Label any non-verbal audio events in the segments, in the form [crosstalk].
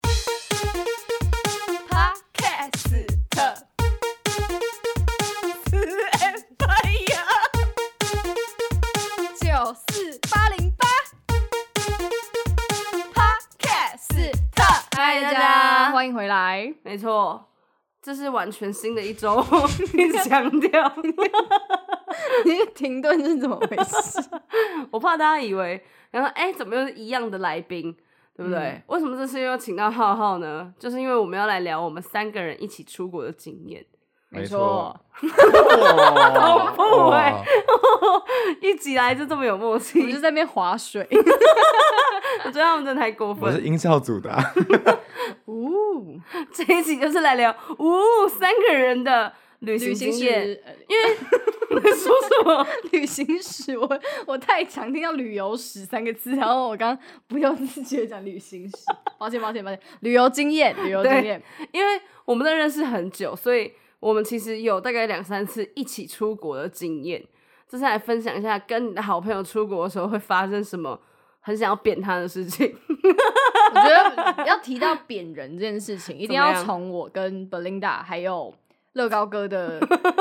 [laughs] 嗨大家欢迎回来。没错，这是完全新的一周， [laughs] 你强调， [laughs] 你这个 [laughs] 停顿是怎么回事？ [laughs] 我怕大家以为，然后哎、怎么又是一样的来宾，对不对？嗯为什么这次又请到浩浩呢？就是因为我们要来聊我们三个人一起出国的经验， [laughs] 没错，同步欸哦 [laughs] 一起来就这么有默我 [laughs] 契，们就在那边划水。我觉得他们真的太过我是分。音效组的 [laughs] 啊、呜，这一集就是来聊，呜、三个人的旅行旅行经 [laughs] 验。史，呃因为你说什么？ [laughs] 旅行史，我我太常听到旅游史三个字，然后我刚刚不由自觉讲旅行史，抱歉抱歉抱歉，旅游经验，旅游经验，因为我们都认识很久，所以我们其实有大概两三次一起出国的经验。这次来分享一下，跟你的好朋友出国的时候会发生什么很想要扁他的事情。我觉得要提到贬人这件事情，一定怎么要样从我跟 Belinda 还有乐高哥的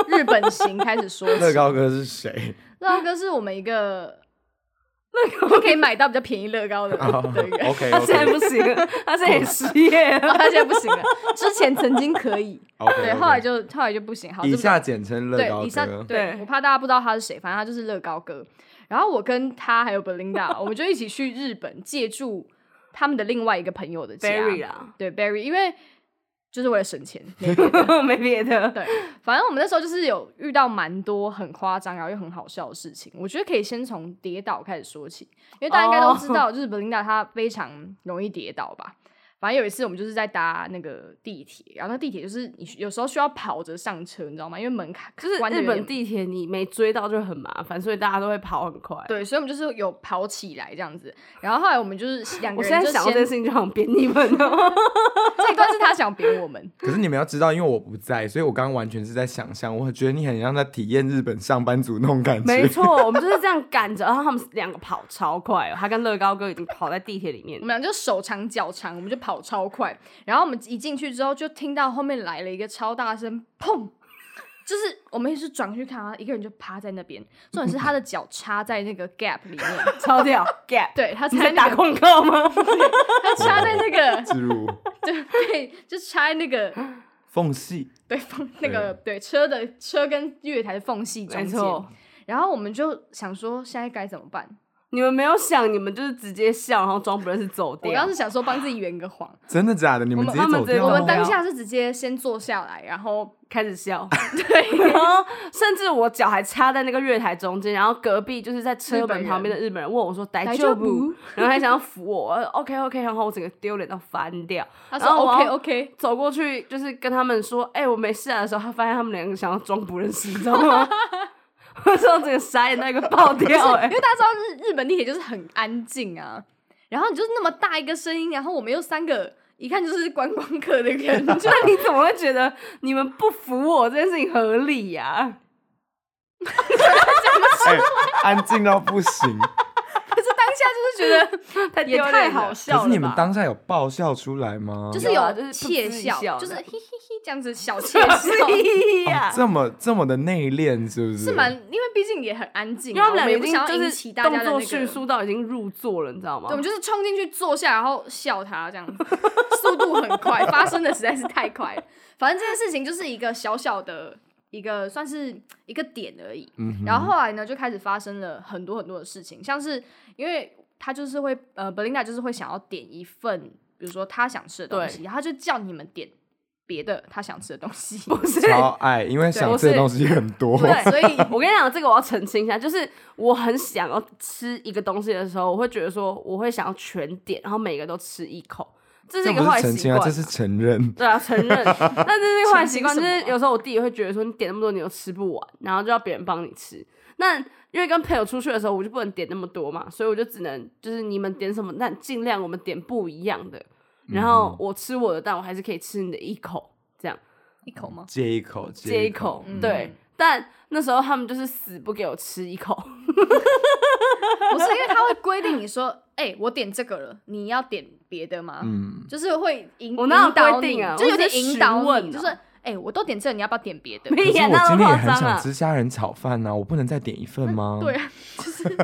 日本行开始说起。乐高哥 [laughs] 是谁？乐高哥是我们一个乐高可以买到比较便宜乐高的 [laughs] 的人。哦 OK 他现在 OK 不行了，他现在也失业了。他现在不行了，之前曾经可以， OK，对，后来就后来就不行。好，以这下简称乐高对以上哥。对，对我怕大家不知道他是谁，反正他就是乐高哥。然后我跟他还有 [laughs] Belinda，我们就一起去日本借住他们的另外一个朋友的家。 Berry 啦， [laughs] 对啊 Barry，因为就是为了省钱， [laughs] 没别的。对，反正我们那时候就是有遇到蛮多很夸张然后又很好笑的事情。我觉得可以先从跌倒开始说起，因为大家应该都知道哦就是 Belinda 她非常容易跌倒吧。反正有一次我们就是在搭那个地铁，然后那地铁就是你有时候需要跑着上车，你知道吗？因为门卡就是关得日有本点地铁，你没追到就很麻烦，所以大家都会跑很快。对，所以我们就是有跑起来这样子。然后后来我们 [laughs] 就是两个我现人在就想到这件先事情就想扁你们 [laughs] 哦。这一段是他想扁我们，可是你们要知道，因为我不在，所以我刚刚完全是在想象，我觉得你很像在体验日本上班族那种感觉。没错，我们就是这样赶着，然后他们两个跑超快哦，他跟乐高哥已经跑在地铁里面我。们俩就手长脚长，我们就跑超快。然后我们一进去之后，就听到后面来了一个超大声砰，就是我们也是转过去看啊，一个人就趴在那边，重点是他的脚插在那个 gap [laughs] 里面，超屌 gap，对他插你在、 [laughs] 在那打个、广告吗？他插在那 [laughs] 个置入对对，就插在那个缝隙，对缝那个对车的车跟月台的缝隙中没间。错，然后我们就想说，现在该怎么办？你们没有想，你们就是直接笑，然后装不认识走我掉刚。是想说帮自己圆个 [laughs] 谎，真的假的？你们我直们他接们走直接掉我吗？们当下是直接先坐下来，然 [laughs] 后开始笑，对，然后甚至我脚还插在那个月台中间，然后隔壁就是在车门旁边的日本人问我说“逮大就丈不夫”， [laughs] 然后还想要扶我，OK OK，然后我整个丢脸到翻掉。他说然后我 OK 要 [laughs] OK，走过去就是跟他们说：“哎、我没事啊。”的时候，他发现他们两个想要装不认识，你知道吗？ [laughs] 我说整个傻眼到一个爆掉、因 [laughs] 哎，为大家知道日日本地铁就是很安静啊，然后你就是那么大一个声音，然后我们又三个一看就是观光客的人， [laughs] 就那你怎么会觉得你们不服我这件事情合理呀、哎、安静到 [laughs] 不行。可是当下就是觉得太也丢脸太了好笑可了吧是你们当下有爆笑出来吗？就是有啊有就是窃噗嗤一笑笑，就是的嘿嘿嘿这样子 [laughs] 小窃解 [laughs] 笑，释呀哦、这么这么的内敛，是不是？啊是蛮，因为毕竟也很安静因啊，为他我们两个也已不经想要就引是起大动家的作那迅个。速到已经入座了，你知道吗对，我？们就是冲进去坐下，然后笑他这样子，速度很快，发生的实在是太快了。反正这件事情就是一个小小的一个算是一个点而已。嗯哼然后后来呢，就开始发生了很多很多的事情，像是因为他就是会呃，Belinda 就是会想要点一份，比如说他想吃的东西，他就叫你们点别的他想吃的东西。不是，超爱，因为想吃的东西很多。对，所 [laughs] 以我跟你讲，这个我要澄清一下，就是我很想要吃一个东西的时候，我会觉得说我会想要全点，然后每个都吃一口，这是这一个不坏是澄习清惯啊，。这是承认。对啊，承认。但这是坏习惯，澄清什么就是有时候我弟也会觉得说，你点那么多你又吃不完，然后就要别人帮你吃。那因为跟朋友出去的时候，我就不能点那么多嘛，所以我就只能就是你们点什么，但尽量我们点不一样的。然后我吃我的，但我还是可以吃你的一口，这样一口吗？借一口，接一一口。嗯对，但那时候他们就是死不给我吃一口。 [laughs] [laughs] 不是，因为他会规定你说，哎、我点这个了，你要点别的吗？嗯，就是会引我哪有引导规定啊你，就有我点只是引询导问你，啊就是哎、我都点这个，你要不要点别的？没可是演我啊那今么天也夸很张想啊！嗯吃虾仁炒饭呐、我不能再点一份吗？对，啊，就是。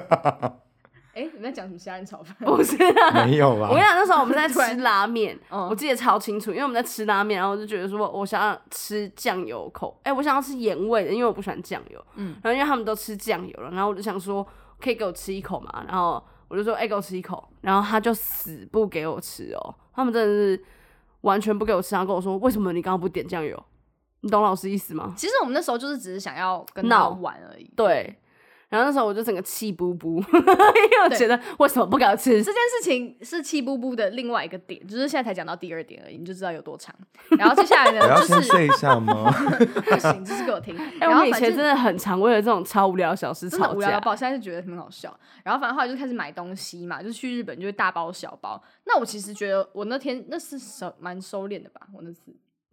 哎、你在讲什么虾仁炒饭？ [laughs] 不是啊，没有吧我跟？你讲，那时候我们在突然吃拉面，嗯我记得超清楚，因为我们在吃拉面，然后我就觉得说我想要吃酱油口，哎、我想要吃盐味的，因为我不喜欢酱油。嗯然后因为他们都吃酱油了，然后我就想说可以给我吃一口嘛，然后我就说哎、给我吃一口，然后他就死不给我吃哦，他们真的是完全不给我吃，然后跟我说为什么你刚刚不点酱油？你懂老师意思吗？其实我们那时候就是只是想要跟他闹玩而已。对。然后那时候我就整个气不不， [laughs] 因为我觉得为什么不给我吃这？件事情是气不不的另外一个点，就是现在才讲到第二点而已，你就知道有多长。然后接下来呢 [laughs] 我，要就先是睡一 [laughs] 下吗？不行，这是给我听。哎、然我后们以反前正真的很常为了这种超无聊的小事真的吵无聊架到。爆，现在就觉得很好笑。然后反正后来就开始买东西嘛，就是去日本就会大包小包。那我其实觉得我那天那是手蛮收敛的吧，我那次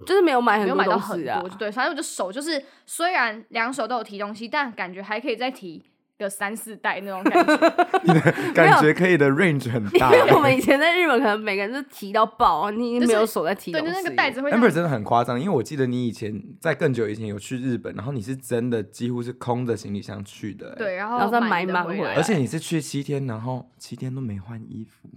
就是没有买很没有多买到东很西啊 [laughs] 多，。对，反正我就手就是虽然两手都有提东西，但感觉还可以再提个三四袋那种感觉。感觉可以的 range 很因 [laughs] 大。为我们以前在日本，可能每个人都提到爆，你已经没有手在提对，东就西。那个袋子会这 Amber 样。哎真的很夸张，因为我记得你以前在更久以前有去日本，然后你是真的几乎是空着行李箱去的、欸，，对，然后然后再买的满回回来而且你是去七天，然后七天都没换衣 [laughs] 服，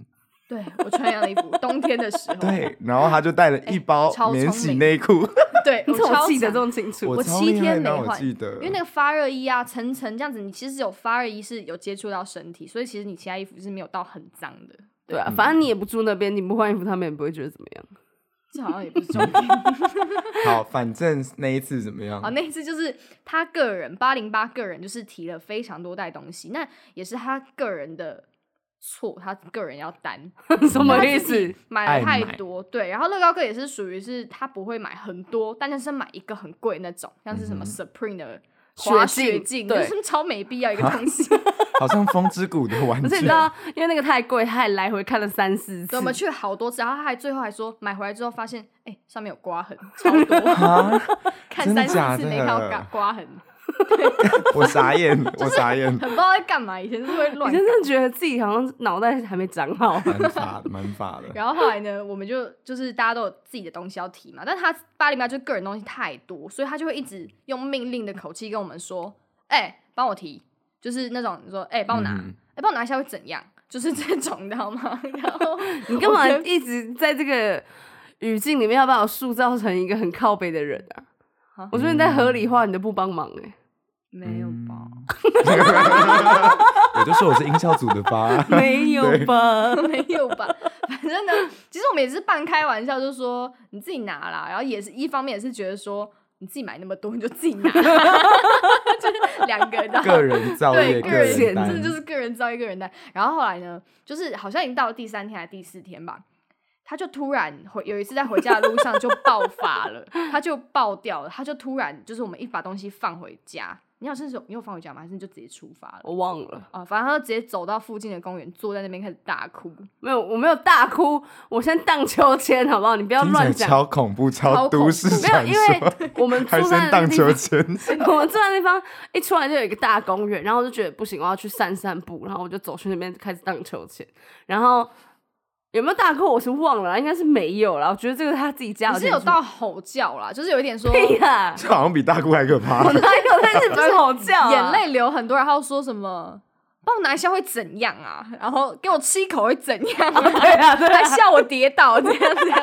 对我穿一样的衣服，冬天的时候，对，然后他就带了一哎包超聪明免洗内裤，对， [laughs] 你怎么超记得强这么清楚？我超七厉害天的没我换记得，因为那个发热衣啊，层层这样子，你其实有发热衣是有接触到身体，所以其实你其他衣服是没有到很脏的。对啊，反正你也不住那边，你不换衣服，他们也不会觉得怎么样。这好像也不是重点。好，反正那一次怎么样好，？那一次就是他个人八零八个人就是提了非常多袋东西，那也是他个人的错，他个人要担。 [laughs] 什么意思？买了太多，对。然后乐高哥也是属于是他不会买很多，但就是买一个很贵那种，像是什么 Supreme 的滑雪雪镜镜，就对是超没必要一个东西。好像风之谷的玩而且你具知，道，因为那个太贵，他还来回看了三四对，次我。们去了好多次，然后他还最后还说买回来之后发现，哎、上面有刮痕，超多，啊，看真的三假四次没看的到刮刮痕，我傻眼，我傻眼，，很不知道在干嘛，以前就是会你乱搞。真的觉得自己好像脑袋还没长好 [laughs] 蛮法的，蛮法 [laughs] 的。然后后来呢，我们就就是大家都有自己的东西要提嘛，但他八零八就个人东西太多，所以他就会一直用命令的口气跟我们说，哎、帮我提，就是那种你说，哎、帮我拿，哎、嗯帮我拿一下会怎样？就是这种，你知道 [laughs] 吗？然后你干嘛我觉得一直在这个语境里面要把我塑造成一个很靠北的人啊啊？我觉得你在合理化，你都不帮忙哎、，[laughs] 没有吧？我就说我是音效组的吧没 [laughs] 有吧？没有吧？ [laughs] 反正呢，其实我们也是半开玩笑，就说你自己拿啦，然后也是一方面也是觉得说你自己买那么多，你就自己拿， [laughs] 就是两个的。个人造业，对个人简人真的担，就是个人造一个人单。然后后来呢，就是好像已经到了第三天还是第四天吧，他就突然回有一次在回家的路上就爆发了，他就爆掉了，他就突然就是我们一把东西放回家，你好像是有你有放回家吗？还是你就直接出发了？我忘了，啊，反正他就直接走到附近的公园，坐在那边开始大哭，没有，我没有大哭，我先荡秋千，好不好？你不要听起来乱讲。超恐怖，超超恐怖都市没有，传因为说，我们还住在先那个荡地秋方，千， [laughs] [laughs] 我们住在那地方一出来就有一个大公园，然后我就觉得不行，我要去散散步，然后我就走去那边开始荡秋千，然后有没有大哭我是忘了啦，应该是没有啦。我觉得这个是他自己家你的是建有筑，到吼叫啦，就是有一点 [laughs] 说屁呀、这好像比大姑还可怕我。哪有在日本吼叫、啊？眼泪流很多，然后说什么帮我拿一下会怎样啊，然后给我吃一口会怎样、啊，对啊，对啊 [laughs] [laughs] 还，笑我跌倒这样这样，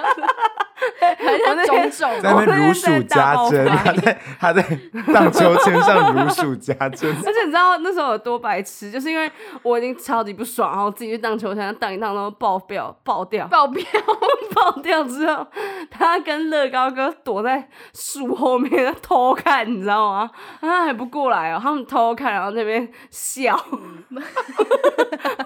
还我那在天种哦种在那边如数家珍，我他那在他在荡秋千上如数家 [laughs] 珍，而且你知道那时候有多白痴，就是因为我已经超级不爽，然后自己去荡秋千，荡一荡，然后爆掉，爆掉，爆表，爆掉之后，他跟乐高哥躲在树后面偷看，你知道吗？他还不过来哦，他们偷看，然后那边 [laughs] 笑，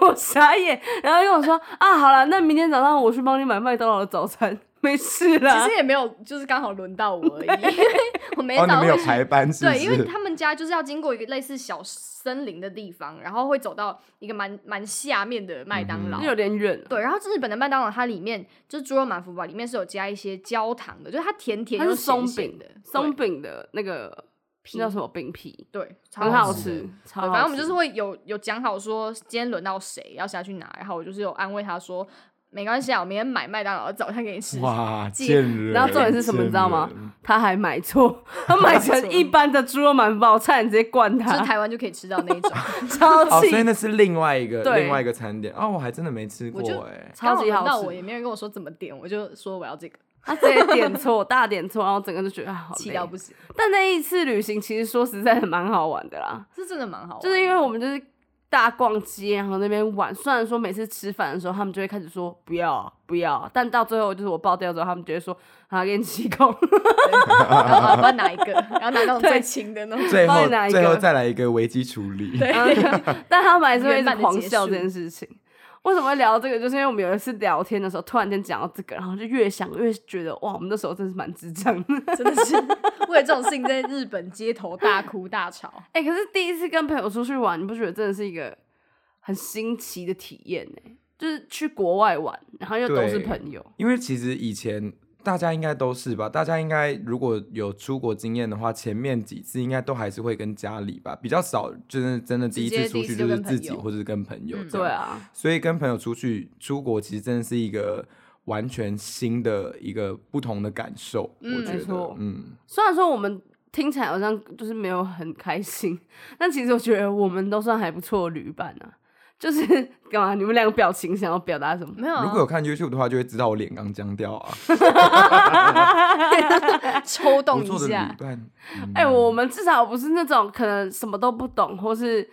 我傻眼，然后跟我说啊，好了，那明天早上我去帮你买麦当劳的早餐，没事啦其。实也没有，就是刚好轮到我而已，因为 [laughs] 我每天早哦，你上们有会去排班是不对，因为是？他们家就是要经过一个类似小森林的地方，然后会走到一个蛮蛮下面的麦当劳就。有点远，对，然后日本的麦当劳它里面就是猪肉满福堡里面是有加一些焦糖的，就是它甜甜它又是松咸咸饼的松饼的那个皮那叫什么饼皮，对，对超很好吃。吃，超对好反正我们就是吃会有有讲好说今天轮到谁要下去拿，然后我就是有安慰他说，没关系啊，我明天买麦当劳的早餐给你吃。哇，记贱人！然后重点是什么你知道吗贱人？他还买错，他买 [laughs] 成一般的猪肉满包，我差点直接灌就是他，台湾就可以吃到那一 [laughs] 种，超哦，气所以。那是另外一个对另外一个餐点哦，我还真的没吃过我就哎。超级好刚好轮吃到我也没人跟我说怎么点，我就说我要这个，他直接点错，大点错，然后整个就觉得啊，好气累到。不行，但那一次旅行其实说实在的蛮好玩的啦，这真的蛮好玩的。就是因为我们就是大逛街，然后那边玩。虽然说每次吃饭的时候他们就会开始说不要不要，但到最后就是我爆掉之后，他们就会说啊给你七 [laughs] 公， [laughs] 然后不知道拿一个，然后拿那种对最轻的那种。最帮后你拿一个最后再来一个危机处理，对，嗯但他们还是会圆一直满地狂结笑束这件事情。为什么会聊到这个？就是因为我们有一次聊天的时候，突然间讲到这个，然后就越想越觉得哇，我们那时候真是蛮智障的。真的是为了这种事情在日本街头大哭大吵。哎、可是第一次跟朋友出去玩，你不觉得真的是一个很新奇的体验呢、就是去国外玩，然后又都是对朋友，因为其实以前大家应该都是吧，大家应该如果有出国经验的话，前面几次应该都还是会跟家里吧，比较少，就是真的第一直接次出第一去次就就是跟自朋己友或者是跟朋友嗯这对样，啊，所以跟朋友出去出国其实真的是一个完全新的一个不同的感受，我嗯觉没错得，嗯，虽然说我们听起来好像就是没有很开心，但其实我觉得我们都算还不错的旅伴啊。就是 [laughs] 干嘛？你们两个表情想要表达什么？没有、如啊 [laughs] 果，有看 YouTube 的话，就会知道我脸刚僵掉啊，抽动不一错的旅下，伴，嗯哎、我们至少不是那种可能什么都不懂，或是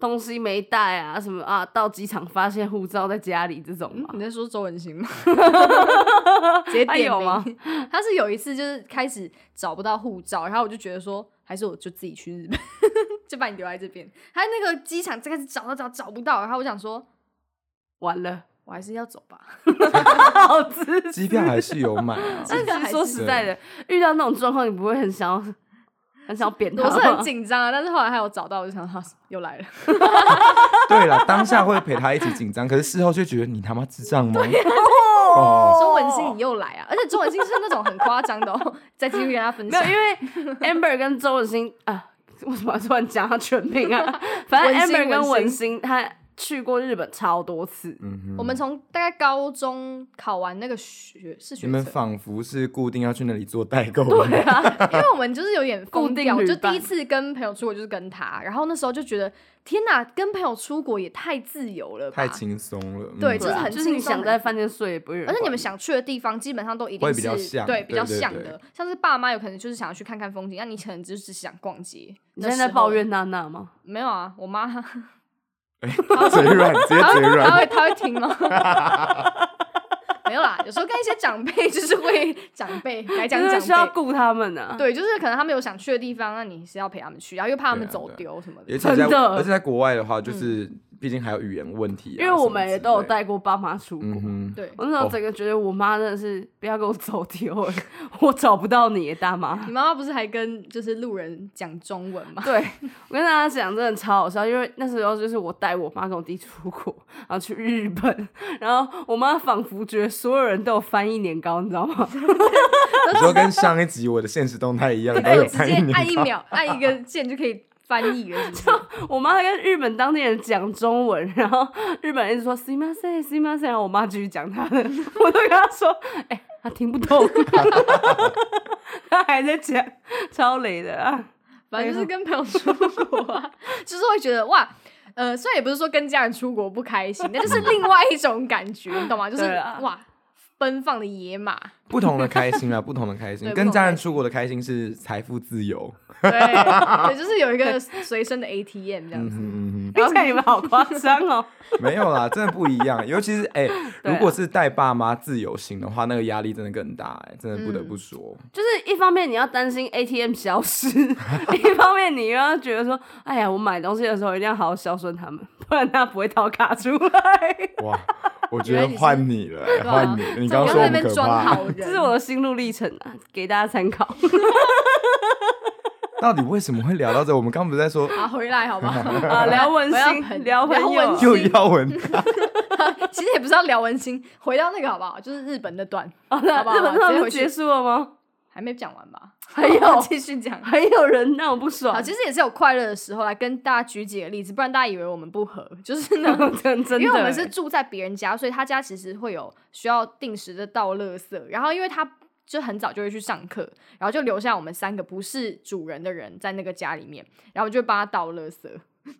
东西没带啊，什么啊，到机场发现护照在家里这种嘛。嗯你在说周文 [laughs] 兴吗？直接他点有名吗？ [laughs] 他是有一次就是开始找不到护照，然后我就觉得说，还是我就自己去日本， [laughs] 就把你留在这边。他那个机场就开始找找找找不到，然后我想说，完了， [laughs] 我还是要走吧。好自私机票还是有 [laughs] 买啊，这个其还实是说实在的，遇到那种状况，你不会很想要，很想要扁他我吗。是 [laughs] 很紧张啊，但是后来还有找到，我就想哈、又来了， [laughs] 对了，当下会陪他一起紧张，可是事后就觉得你他妈智障吗？啊 [laughs] 哦，周文兴你又来啊！而且周文兴是那种很夸张的哦， [laughs] 再继续跟他分没享有，。因为 Amber 跟周文欣啊，为什么要突然讲他全名啊？反正文心 Amber 跟文文欣，他去过日本超多次， [laughs] 嗯哼我们从大概高中考完那个学是学你们测，仿佛是固定要去那里做代购，啊因为我们就是有点疯掉，固定旅就伴第一次跟朋友出国就是跟他，然后那时候就觉得天哪，跟朋友出国也太自由了吧，太轻松了。对 [laughs] 嗯就是很啊就是你轻松想的在饭店睡也不会有人而管，且你们想去的地方基本上都一定会是比较像对比较对对像对的，像是爸妈有可能就是想要去看看风景，那你可能就是只想逛街。你那现在在时候抱怨娜娜吗？没有啊？我妈她 [laughs] 嘴软，直接会 [laughs] 嘴她软。会她会听 [laughs] 吗？没有啦，有时候跟一些长辈就是会长辈来讲真的需要长辈。顾他们啊呢。对，就是可能他们有想去的地方，那你是要陪他们去，然后又怕他们对啊走对啊丢什么的尤。其是在真的嗯而且在国外的话，就是毕竟还有语言问题啊，因为我们也都有代。带过爸妈出国。嗯哼，对，我那时候哦整个觉得我妈真的是不要给我 [laughs] 走丢了，我找不到你耶大妈。你妈妈不是还跟就是路人讲中文 [laughs] 吗？ [laughs] 对，我跟大家讲，真的超好笑，因为那时候就是我带我妈跟我弟出国，然后去日本，然后我妈仿佛觉得所有人都有翻译年糕，你知道吗？ [laughs] 你说跟上一集我的现实动 [laughs] 态一样，都有直拍接你按一秒，按一个键就可以翻译了，是不 [laughs] 是？我妈跟日本当地人讲中文，然后日本人一直说 “see ma say see ma say”，然后我妈继续讲她的， [laughs] 我都跟她说：“哎、她听不懂。” [laughs] 她还在讲，超雷的啊！反正就是跟朋友出国、啊， [laughs] 就是会觉得哇，呃，虽然也不是说跟家人出国不开心，但就是另外一种感觉，你懂吗？就是对啊哇，奔放的野马，不同的开心啊， [laughs] 不同的开心，对跟不同的家人开心出国的开心是财富自由。对， [laughs] 对，就是有一个随身的 ATM 这样嗯子。哼嗯哼。然后看你们好夸张哦，没有啦，真的不一 [laughs] 样。尤其是哎、对啊如果是带爸妈自由行的话，那个压力真的更大、哎，真的不得不说。就是一方面你要担心 ATM 消失， [laughs] 一方面你又要觉得说，哎呀，我买东西的时候一定要好好孝顺他们，不然他不会掏卡出来。哇，我觉原得来你是换你了、哎对啊换你了。你刚不要刚说在我那们边可装怕 [laughs] 好，这是人，我的心路历程啊，给大家 [laughs] 参考。 [laughs] 到底为什么会聊到这？我们刚不是在说啊，回来好 [laughs] 不好？啊，聊文我要心，朋聊朋聊友文，心又要文大？ [laughs] 其实也不是要聊文心，回到那个好不好？就是日本那段，好的，好不好哦日本直那接我回们去结束了吗？还没讲完 [laughs] 吧？还有继续讲。还有人让我不好，爽，其实也是有快乐的时候，来跟大家举几个例子，不然大家以为我们不合， [laughs] 就是呢， [laughs] 真真的，因为我们是住在别人家，所以他家其实会有需要定时的倒垃圾。然后因为他就很早就会去上课，然后就留下我们三个不是主人的人在那个家里面，然后我们就帮他倒垃圾。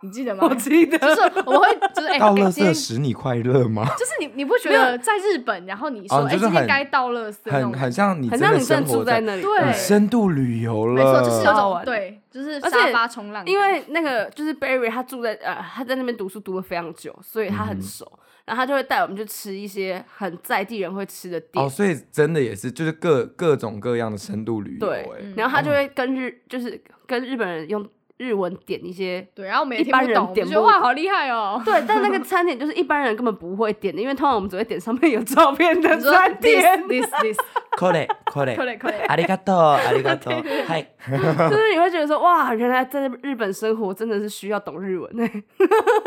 你记得吗？我记得，就是我会就是哎，倒哎垃今天圾使你快乐吗？就是你你不觉得在日本，然后你说哦哎、就是今天很该倒垃圾那很种，很像 [laughs] 你很真像的你正生住活在在，那里，对你深度旅游了，没错，就是有好种玩对，就是而沙且发冲浪的，因为那个就是 Barry，他住在呃，他在那边读书读了非常久，所以他嗯很熟，然后他就会带我们去吃一些很在地人会吃的店，哦，所以真的也是就是各各种各样的深度旅游、对嗯欸，然后他就会跟日、就是跟日本人用日文点 [laughs] 一些。对，然后我们也一听般不人懂，我们点就觉得不哇好厉害哦。对，但那个餐点就是一般人根本不会点的，因为通常我们只会点上面有照片的 [laughs] 你说餐 this 点， this [laughs] this，これこれ可以可以。ありがとうありが [laughs] とう，嗨， [laughs] 就是你会觉得说哇，原来在日本生活真的是需要懂日文欸的。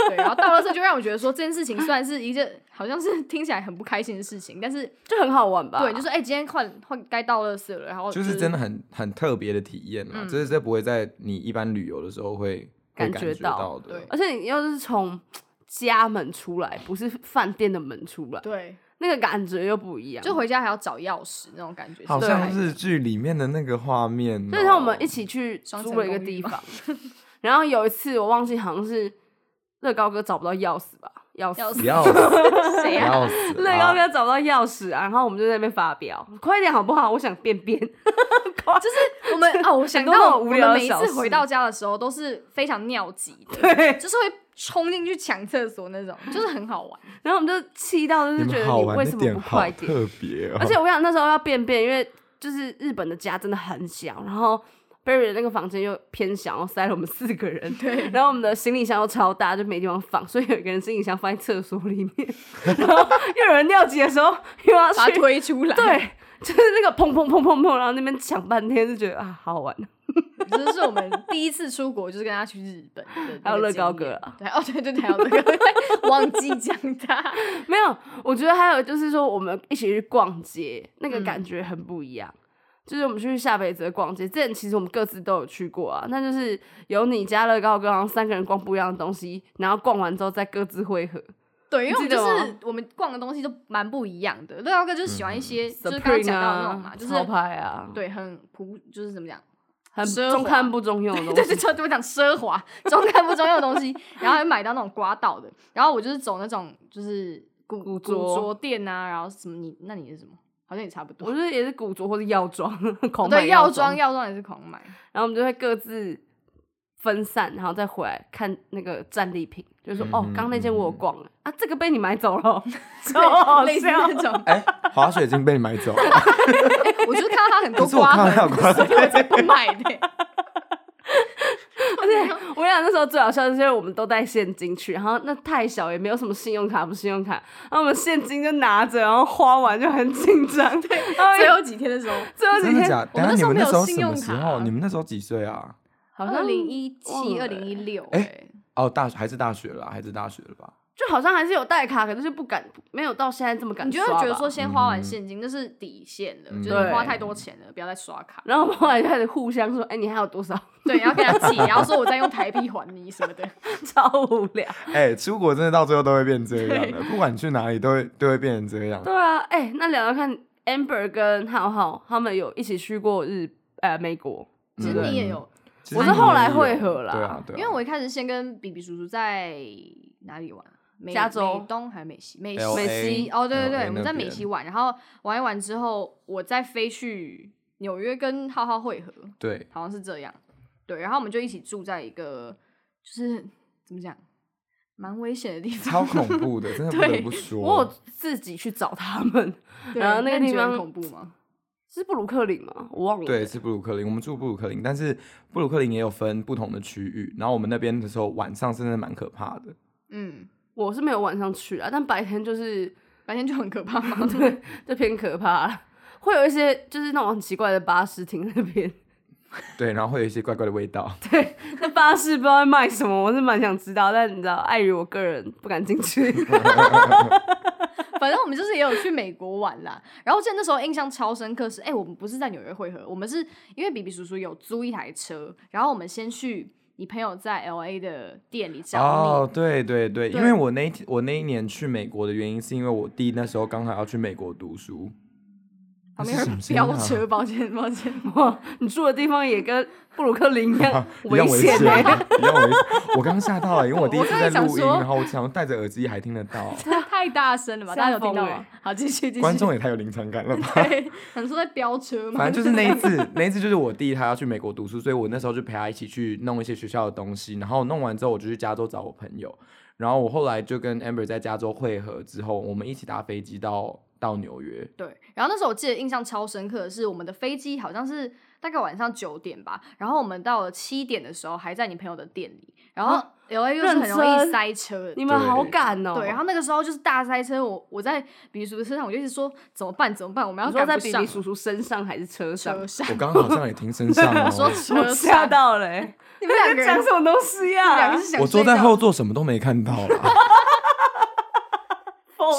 对，然后到了这就让我觉得说这件事情虽然是一件好像是听起来很不开心的事情，但是就很好玩吧？对，就是哎、今天换换该到乐事了，然后 [laughs] 就是真的很很特别的体验嗯啦，就是这不会在你一般旅游的时候会会感感觉觉到到的，对而且你要是从家门出来，不是饭店的门出来，对，那个感觉又不一样。就回家还要找钥匙那种感觉，好是像对 [laughs] 日剧里面的那个画面、哦，就像我们一起去租了一个地方， [laughs] 然后有一次我忘记好像是乐高哥找不到钥匙吧，钥匙。钥匙 [laughs] 不要死不谁啊？要死，乐高啊哥找不到钥匙啊，然后我们就在那边发飙，快点好不好？我想便便。 [laughs] 就是我们哦，我想很多那到种我无聊们的每一小次回事到家的时候都是非常尿急的，对，就是会冲进去抢厕所那 [laughs] 种，就是很好玩。然后我们就气到，就你是觉们得好你玩为的什么点不好快点？ [laughs] 特别哦，而且我想那时候要便便，因为就是日本的家真的很小，然后 Barry 的那个房间又偏小，然后塞了我们四个人，对，然后我们的行李箱又超大，就没地方放，所以有一个人行李箱放在厕所里面， [laughs] 然后又有人尿急的时候又要把它去，推出来，，对，就是那个砰砰砰砰砰，然后那边抢半天，就觉得啊好好玩，这是我们第一次出国，就是跟他去日本的那个还有乐高经验哥啊，对，哦对对对，还有乐高哥， [laughs] 忘记讲他， [laughs] 没有，我觉得还有就是说我们一起去逛街，那嗯个感觉很不一样。就是我们去下北泽逛街，之前其实我们各自都有去过啊。那就是有你加乐高跟，然后三个人逛不一样的东西，然后逛完之后再各自汇合。对，因为我们就你记得哦是我们逛的东西都蛮不一样的，乐高哥就是喜欢一些，就是刚刚嗯 Supreme 讲到的那啊种嘛，就是潮牌啊，，对，很朴，就是怎么讲，很奢中华看不 [laughs] 中用的东啊对西对。对，对我讲奢华、中看不中用的东西，然后还买到那种刮到的，然后我就是走那种就是古古着古着店啊，然后什么你那你是什么？好像也差不我多，觉得也是古着或者药妆， [laughs] 狂买对，药妆妆，药妆也是狂买，然后我们就会各自分散，然后再回来看那个战利品，就是说、哦，刚刚那件我有逛了啊，这个被你买走了，超好类似笑那种。哎、滑雪镜被你买 [laughs] 走了，我就是看到他很多可是我刮看到痕，他有刮所以我才不买的、而且 [laughs] 我想那时候最好笑就是因为我们都带现金去，然后那太小也没有什么信用卡不信用卡，然后我们现金就拿着，然后花完就很紧 [laughs] 张。 [laughs] 对，然后最后几天的时候，最后几真的天假的？我等一下们那时候没你们那有时候信什用么时卡候？你们那时候几岁啊？好二像零一七、二忘了零一六，哎哎，哦，大还是大学了，还是大学了吧？就好像还是有带卡，可是就不敢，没有到现在这么敢。你就会觉得说，，先花完现金，这是底线了，就是你对花太多钱了，不要再刷卡。然后我们后来就开始互相说，哎、你还有多少？ [laughs] [laughs] 对，然后跟他借，然后说我再用台币还你 [laughs] 什么的。超无聊。哎、出国真的到最后都会变这样的，不管你去哪里都会都会变成这样。对啊，哎、那聊聊看，Amber 跟浩浩他们有一起去过日呃美国，其实对你也有，其实我你是后来也有会合啦对啊，对啊，因为我一开始先跟比比叔叔在哪里玩啊？美加州美东还是美西？美 LA 美西哦，对对 LA 对，我们在那美边西玩，然后玩一玩之后，我再飞去纽约跟浩浩会合，对好像是这样。对，然后我们就一起住在一个就是怎么讲，蛮危险的地方。超恐怖的，真的不得不说。我有自己去找他们， [laughs] [laughs] 对然后那个你地觉得很恐方怖吗？是布鲁克林吗？我忘了。对，是布鲁克林，我们住布鲁克林，但是布鲁克林也有分不同的区域。然后我们那边的时候，晚上真的蛮可怕的。嗯，我是没有晚上去啊，但白天 [laughs] 就是白天就很可怕嘛。 [laughs] 对，就偏可怕了。会有一些就是那种很奇怪的巴士停那边， [laughs] 对，然后会有一些怪怪的味道。那巴士不知道在卖什么，我是蛮想知道，但你知道，碍于我个人不敢进去。 [laughs] 反正我们就是也有去美国玩啦。然后我记得那时候印象超深刻是，哎、我们不是在纽约汇合，我们是因为比比叔叔有租一台车，然后我们先去你朋友在 L A 的店里找你，哦，对对对，对因为我那一天我那一年去美国的原因，是因为我弟那时候刚好要去美国读书。旁边有人这是什么飙声啊 [laughs] 车，抱歉抱歉。哇，你住的地方 [laughs] 也跟布鲁克林一样 [laughs] 啊一样危险欸险，啊呢、 [laughs] 一样危险。我刚吓到欸了，因 [laughs] 为我第一次欸我刚才在想录音，说然后我想戴着耳机还听得 [laughs] 到，太大声了吧？大家有听到吓疯吗了？好，继续继续。观众也太有临场感了吧。 [laughs] 对，想说在飙车 [laughs] 吗？反正就是那一次，那一次就是我弟他要去美国读书，所以我那时候就陪他一起去弄一些学校的东西，然后弄完之后我就去加州找我朋友，然后我后来就跟 Amber 在加州会合之后，我们一起搭飞机到到纽约。对，然后那时候我记得印象超深刻的是，我们的飞机好像是大概晚上九点吧，然后我们到了七点的时候还在你朋友的店里，然后 L A 又是很容啊认易真塞车的你们好赶哦、对，然后那个时候就是大塞车，我我在比利叔叔身上，我就一直说怎么办怎么办，我们要你说赶在不比上比叔叔身上还是车上？车上我，刚刚好像也听身 [laughs] 上说哦，车吓上，到了、欸你们 [laughs] [laughs] 两个人讲，什么东西你们两啊个？是想我坐睡在觉后座什么都没看到啦。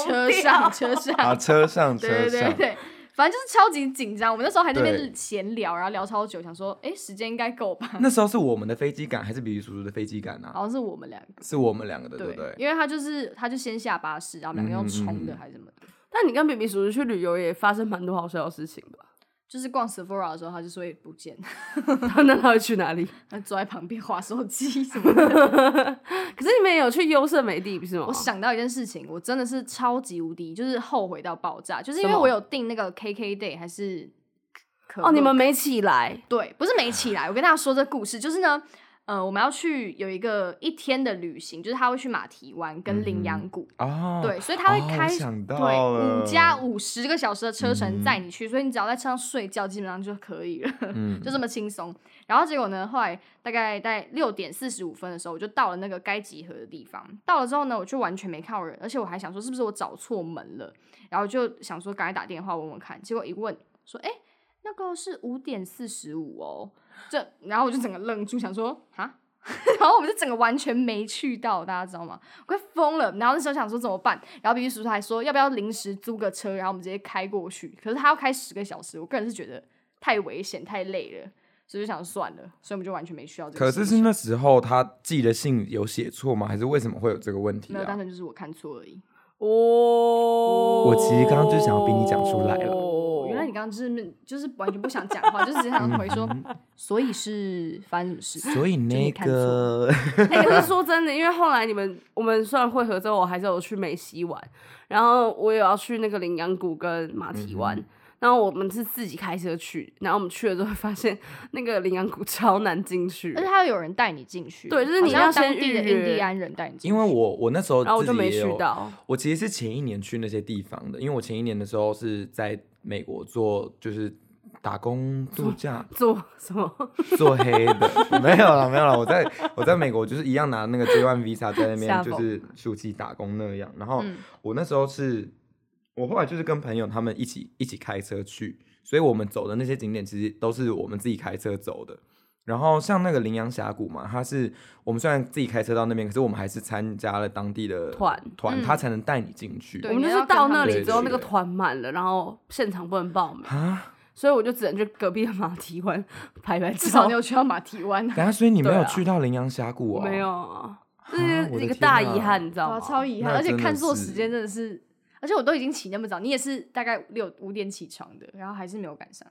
车疯上掉车上，[laughs] 啊，车上车对对对上，对，反正就是超级紧张。我们那时候还在那边对闲聊，然后聊超久，想说，哎，时间应该够吧？那时候是我们的飞机赶还是比比叔叔的飞机赶啊？好像是我们两个，是我们两个的，对哦对不对？因为他就是他就先下巴士，然后我们两个嗯用冲嗯的嗯还是什么的，但你跟比比叔叔去旅游也发生蛮多好笑的事情吧？ [laughs] 就是逛 Sephora 的时候，他就说也不见， [laughs] 那他会去哪里？他坐在旁边划手机什么 [laughs] 的。可是你们也有去优胜美地不是吗？我想到一件事情，我真的是超级无敌，就是后悔到爆炸，就是因为什么我有订那个 KK Day 还是可哦，你乐们没起来，对，不是没起来。我跟大家说这故事，就是呢，呃，我们要去有一个一天的旅行，就是他会去马蹄湾嗯跟羚羊谷，哦，对，所以他会哦开、想到对了五加五十个小时的车程嗯载你去，所以你只要在车上睡觉，基本上就可以了， [laughs] 嗯就这么轻松。然后结果呢，后来大概在六点四十五分的时候，我就到了那个该集合的地方。到了之后呢，我就完全没看到人，而且我还想说是不是我找错门了，然后就想说赶快打电话问问看。结果一问说，哎、那个是五点四十五哦，这然后我就整个愣住，想说啊。 [laughs] 然后我们就整个完全没去到，大家知道吗？我快疯了。然后那时候想说怎么办，然后比比叔叔还说要不要临时租个车，然后我们直接开过去。可是他要开十个小时，我个人是觉得太危险、太累了，所以就想算了，所以我们就完全没去到这个可事情。是是那时候他寄的信有写错吗？还是为什么会有这个问题没有，单啊？纯就是我看错而已。哦，我其实刚刚就想要逼你讲出来了哦，原来你刚刚就是就是完全不想讲话，就只是想回说，所以是发生什么事？嗯所以那个， [laughs] 哎、可是说真的，因为后来你们我们虽然会合之后，我还是有去美西玩，然后我也要去那个羚羊谷跟马蹄嗯湾。然后我们是自己开车去，然后我们去了之后发现那个羚羊谷超难进去而，且还要有人带你进去，对就是你好像要先当地的预约印第安人带你进去，因为我我那时候然后我自就己没也去有到。我其实是前一年去那些地方的，因为我前一年的时候是在美国做就是打工度假做什么？做黑的， [laughs] 没有了没有了，我在我在美国就是一样拿那个 J1 Visa 在那边吓就是暑期打工那样，然后嗯我那时候是。我后来就是跟朋友他们一起一起开车去，所以我们走的那些景点其实都是我们自己开车走的。然后像那个羚羊峡谷嘛，它是我们虽然自己开车到那边，可是我们还是参加了当地的团嗯团，它才能带你进去。对我们就你是要跟到他那们里之后，一那起个团满了，然后现场不能报名，啊，所以我就只能去隔壁的马蹄湾 [laughs] 拍拍至少照 [laughs] 你。有去到马蹄湾啊，等下，所以你没对有啊去到羚羊峡谷哦？没有，啊，这啊我是的一个天大哪遗憾，你知道对吗啊，？超遗憾，那而且真的看错是时间真的是，而且我都已经起那么早，你也是大概六五点起床的，然后还是没有赶 [laughs] 上，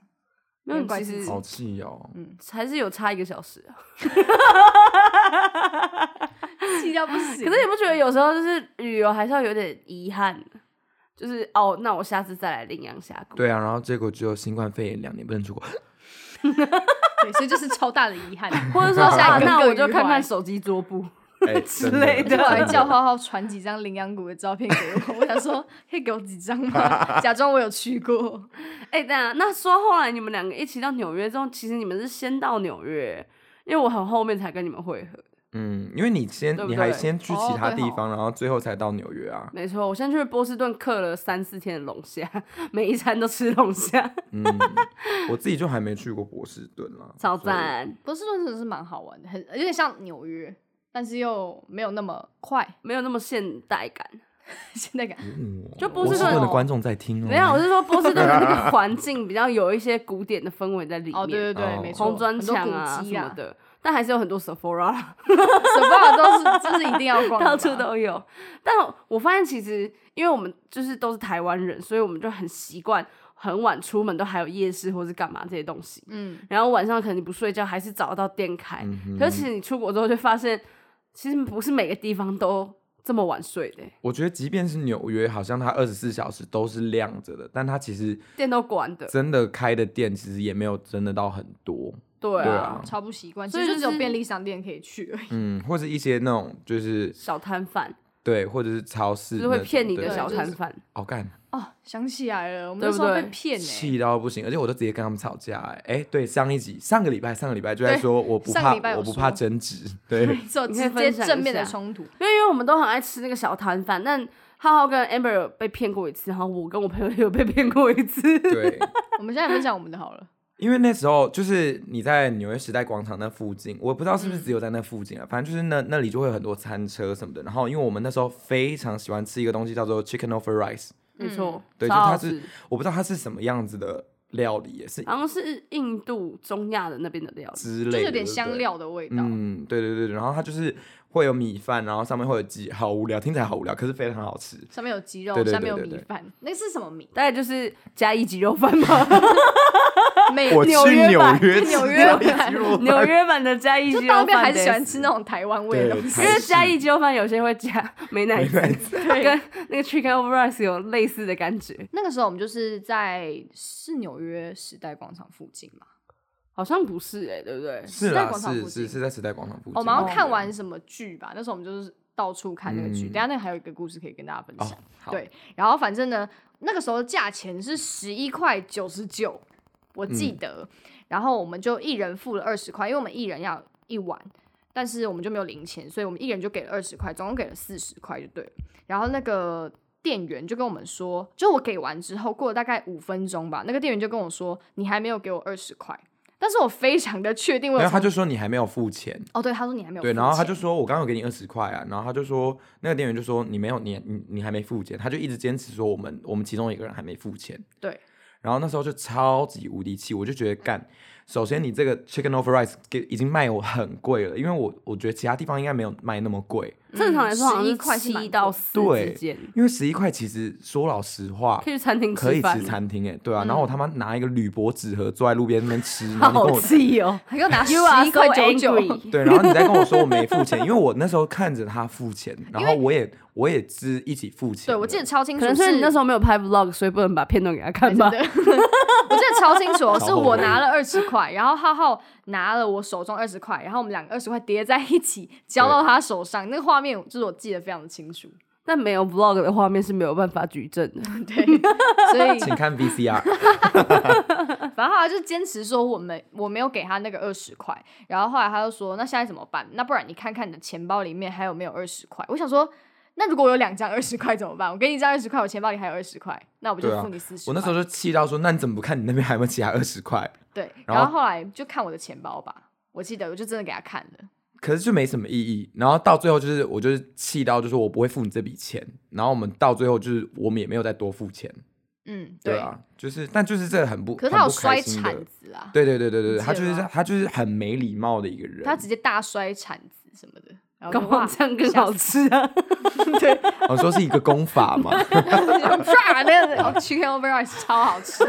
没有，难怪其自实己好气哦！还是有差一个小时啊。气到不行。可是你不觉得有时候就是旅游还是要有点遗憾，就是哦，那我下次再来羚羊峡谷。对啊，然后结果只有新冠肺炎两年不能出国，对，所以就是超大的 [laughs] 遗憾，或者说下啊，一个那更我就愉看快看手机桌布。 [laughs] 哎之真的类的真我还的叫浩浩传几张羚羊谷的照片给我，我想 [laughs] 说可以给我几张 [laughs] 吗？假装我有去过。哎、对啊，那说后来你们两个一起到纽约之后，其实你们是先到纽约，因为我很后面才跟你们会合。嗯，因为你先对不你还对先去哦其他对地吼方，然后最后才到纽约啊。没错，我先去波士顿刻了三四天的龙虾，每一餐都吃龙虾， [laughs] 嗯，我自己就还没去过波士顿啦。超所以赞。波士顿真的是蛮好玩的，很有点像纽约，但是又没有那么快。 [laughs] 没有那么现代感，现在感。嗯就波我士是顿问的哦观众在听哦，没有，我是说波士顿的那 [laughs] 个环境比较有一些古典的氛围在里面，哦，对对对，哦没错，红砖很多墙古啊迹什么啦，的，但还是有很多 Sephora 啦什么都是，这是一定要逛的啊吧，到处都有。但我发现其实，因为我们就是都是台湾人，所以我们就很习惯很晚出门都还有夜市或是干嘛这些东西。嗯，然后晚上可能你不睡觉，还是找得到店开。嗯哼可是其实你出国之后就发现，其实不是每个地方都这么晚睡的、我觉得即便是纽约，好像它二十四小时都是亮着的，但它其实店都关的。真的开的店其实也没有真的到很多，对对啊，啊嗯超不习惯，其所以实就就只有是便利商店可以去而已。嗯，或者一些那种就是小摊贩对，或者是超市就那是会种，骗你的对小就是摊贩。哦干，哦，想起来了，我们对那不时候被对骗欸呢。气到不行，而且我都直接跟他们吵架、哎、哎，对，上一集上个礼拜上个礼拜就在对说我不上怕个礼拜有我不怕说争执，对， [laughs] 做你直可以接分享一正面的下冲突，因为因为我们都很爱吃那个小摊贩，但浩浩跟 Amber 有被骗过一次，然后我跟我朋友也有被骗过一次。嗯对，我们现在分享我们的好了。因为那时候就是你在纽约时代广场那附近，我不知道嗯是不是只有在那附近啊，反正就是那那里就会有很多餐车什么的。然后因为我们那时候非常喜欢吃一个东西叫做 chicken over rice，没错，对超就它好是吃我不知道它是什么样子的料理，也是好像是印度、中亚的那边的料理，之啊类的，就是有对点不香对。料的味道。嗯，对对对，然后它就是会有米饭，然后上面会有鸡，好无聊，听起来好无聊，可是非常好吃。上面有鸡肉，对对下面有对对米对饭，那是什么米？大概就是加一鸡肉饭 [laughs] 吧， [laughs] [laughs] 美我去纽约纽版约吃纽约到版一鸡 [laughs] 肉纽饭约版的加一就鸡到那肉边饭，还是喜欢。吃那种台湾味的东西因对。为加一鸡肉饭有些会加 [laughs] [laughs] 美乃滋，美乃跟那个 chicken over rice 有类似的感觉，那个时候我们就是在是纽约时代广场附近嘛，好像不是哎、对不对？是时代啦，广场附是近是是在时代广场附近。我们要对哦看完什么剧吧？那时候我们就是到处看那个剧。嗯等一下那个还有一个故事可以跟大家分哦享。，好，对，然后反正呢，那个时候价钱是十一块九十九，我记嗯得。然后我们就一人付了二十块，因为我们一人要一碗，但是我们就没有零钱，所以我们一人就给了二十块，总共给了四十块就对了。然后那个店员就跟我们说，就我给完之后，过了大概五分钟吧，那个店员就跟我说，你还没有给我二十块。但是我非常的确定我有然后他从，就说你还没有付钱，哦，对，他说你还没有对，付然后他钱就说：“我刚刚有给你二十块啊。”然后他就说：“那个店员就说你没有，你你你还没付钱。”他就一直坚持说我们我们其中一个人还没付钱。对，然后那时候就超级无敌气，我就觉得干，首先你这个 chicken over rice 给已经卖我很贵了，因为我我觉得其他地方应该没有卖那么贵，正常来说好像11块是是蛮七到四对之间，因为十一块其实说老实话可以去餐厅可以吃饭吃，餐厅哎、对嗯啊，然后我他妈拿一个铝箔纸盒坐在路边那边吃，然啊后你好跟我气哦、还给我拿啊十 [laughs] You are 一块 so 九九， [laughs] angry 对，然后你再跟我说我没付钱，因为我那时候看着他付钱，然后我也我也是一起付钱的。对我记得超清楚，可能是你那时候。候没有拍 vlog，所以不能把片段给他看真吧。的， [laughs] 我记得超清楚哦，超是后我悔拿了二十块，然后浩浩拿了我手中二十块，然后我们两个二十块叠在一起交到他手上，那个画面就是我记得非常的清楚。 [laughs] 但没有 vlog 的画面是没有办法举证的。对， [laughs] 所 [laughs] 以请 [laughs] 看 VCR。反正后来就坚持说我没我没有给他那个二十块，然后后来他就说那现在怎么办？那不然你看看你的钱包里面还有没有二十块？我想说。那如果我有两张二十块怎么办？我给你一张二十块，我钱包里还有二十块，那我就对啊付你四十、我那时候就气到说：“那你怎么不看你那边还有没有其他二十块对，然然后后后来就看我的钱包吧，我记得我就真的给他看了。？”可是就没什么意义。然后到最后就是，我就是气到就是我不会付你这笔钱。然后我们到最后就是我们也没有再多付钱，嗯，对啊，就是但就是这很不，可是他有很不开摔心的铲子啊，对对对对对你对，记他得就是吗他就是很没礼貌的一个人。他直接大摔铲子什么的，然后搞就不好哇这样更吓好死吃啊！我哦说是一个功法嘛，就唰那个哦 chicken over rice 超好吃，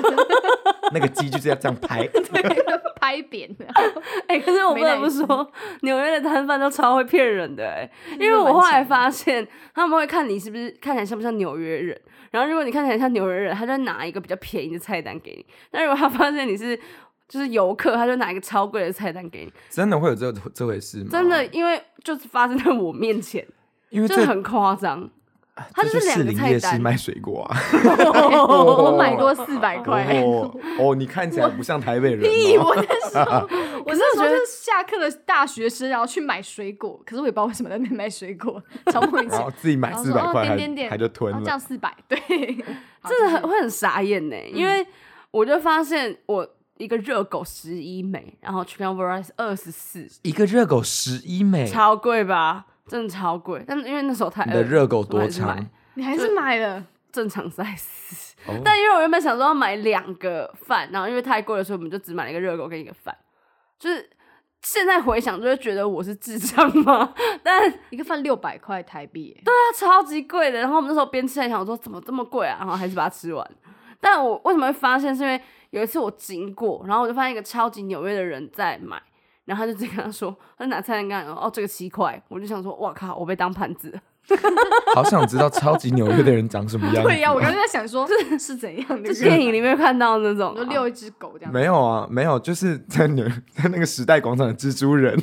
那个鸡就是要这样 [laughs] 拍。拍扁的，哎、可是我没不得耐不心说， [laughs] 纽约的摊贩都超会骗人的哎、因为的我蛮后来强的发现他们会看你是不是看起来像不像纽约人，然后如果你看起来像纽约人，他就会拿一个比较便宜的菜单给你；但如果他发现你是就是游客，他就拿一个超贵的菜单给你。真的会有这这回事吗？真的，，哦因为就是发生在我面前，因为真的这很夸张。它这就是士两个林菜夜市单卖水果啊。 [laughs] 我买过四百块。哦哦，你看起来不像台北人屁！哦。我那时候，我那时候觉得哎就是下课的大学生，然后去买水果，可是我也不知道为什么在那边买水果，超莫名其 [laughs] 然后妙。自己买然后四说百哦块，点还点点，还就然吞后这了样。四百， [laughs] 对，好嗯真的继续很会很傻眼呢、因为我就发现我一个热狗十一美，然后 Chicken v e r i c e 二十四，一个热狗十一美，超贵吧？真的超贵。但因为那时候太欸你饿的了，热狗我多还是买长？你还是呃买了，正常 size。 [laughs] 哦但因为我原本想说要买两个饭，然后因为太贵了，所以我们就只买了一个热狗跟一个饭。就是现在回想，就会觉得我是智障吗？ [laughs] 但一个饭六百块台币耶，它超级贵的。然后我们那时候边吃还想说怎么这么贵啊，然后还是把它吃完。但我为什么会发现，是因为有一次我经过，然后我就发现一个超级纽约的人在买，然后他就直接跟他说，他就拿菜单跟他讲说，哦，这个七块，我就想说，哇靠，我被当盘子了。好想知道超级纽约的人长什么样子。 [laughs] 对呀、我刚才在想 [laughs] 说是是怎样的 [laughs] 就一个电人，影里面看到的那我种就啊，遛一只狗这样，没有啊，没有，就是在纽在那个时代广场的蜘蛛人，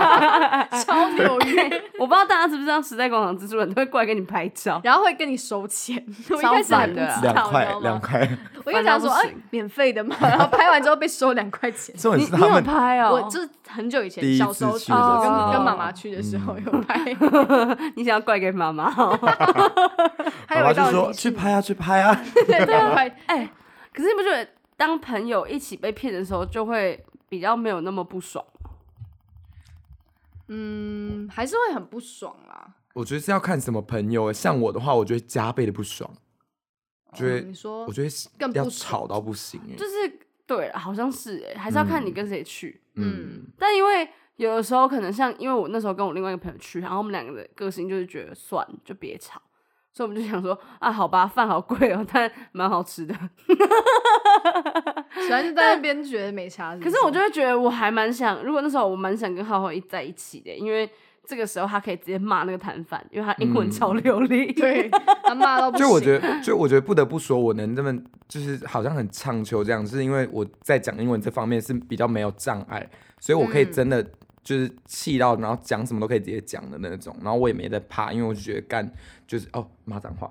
[laughs] 超纽约， [laughs] 我不知道大家知不知道，时代广场蜘蛛人都会过来跟你拍 [laughs] 照。然后会跟你收钱， [laughs] 我一开始还不知超道，你知两块道两吗？块，我一开始想说，反哎、正不行免费的嘛，然后拍完之后被收两块钱。 [laughs] 重你点是你他有们拍哦、我就是很久以前第一小次时候去去的哦的时候，时候跟跟妈妈去的时嗯候有 [laughs] 拍，你想要怪给妈哦妈、还爸有爸一就道说题去是拍啊去拍啊， [laughs] 对 [laughs] 两块，哎、 [laughs] 可是你不觉得当朋友一起被骗的时候，就会比较没有那么不爽？嗯，还是会很不爽啦。我觉得是要看什么朋友欸，像我的话，我觉得加倍的不爽，就哦会你说我觉得更不要爽吵到不行欸就是对啦，好像是哎、还是要看你跟谁去。嗯嗯，但因为有的时候可能像，因为我那时候跟我另外一个朋友去，然后我们两个的个性就是觉得算就别吵，所以我们就想说啊，好吧，饭好贵哦、但蛮好吃的。喜欢就在那边觉得没差不。可是我就会觉得我还蛮想，如果那时候我蛮想跟浩浩一在一起的，因为这个时候他可以直接骂那个摊贩，因为他英文超流利。对，他骂到不行。就我觉 [laughs] 得，就我觉得不得不说，我能这么就是好像很唱秋这样，是因为我在讲英文这方面是比较没有障碍，所以我嗯可以真的就是气到，然后讲什么都可以直接讲的那种，然后我也没在怕，因为我就觉得干就是哦骂脏话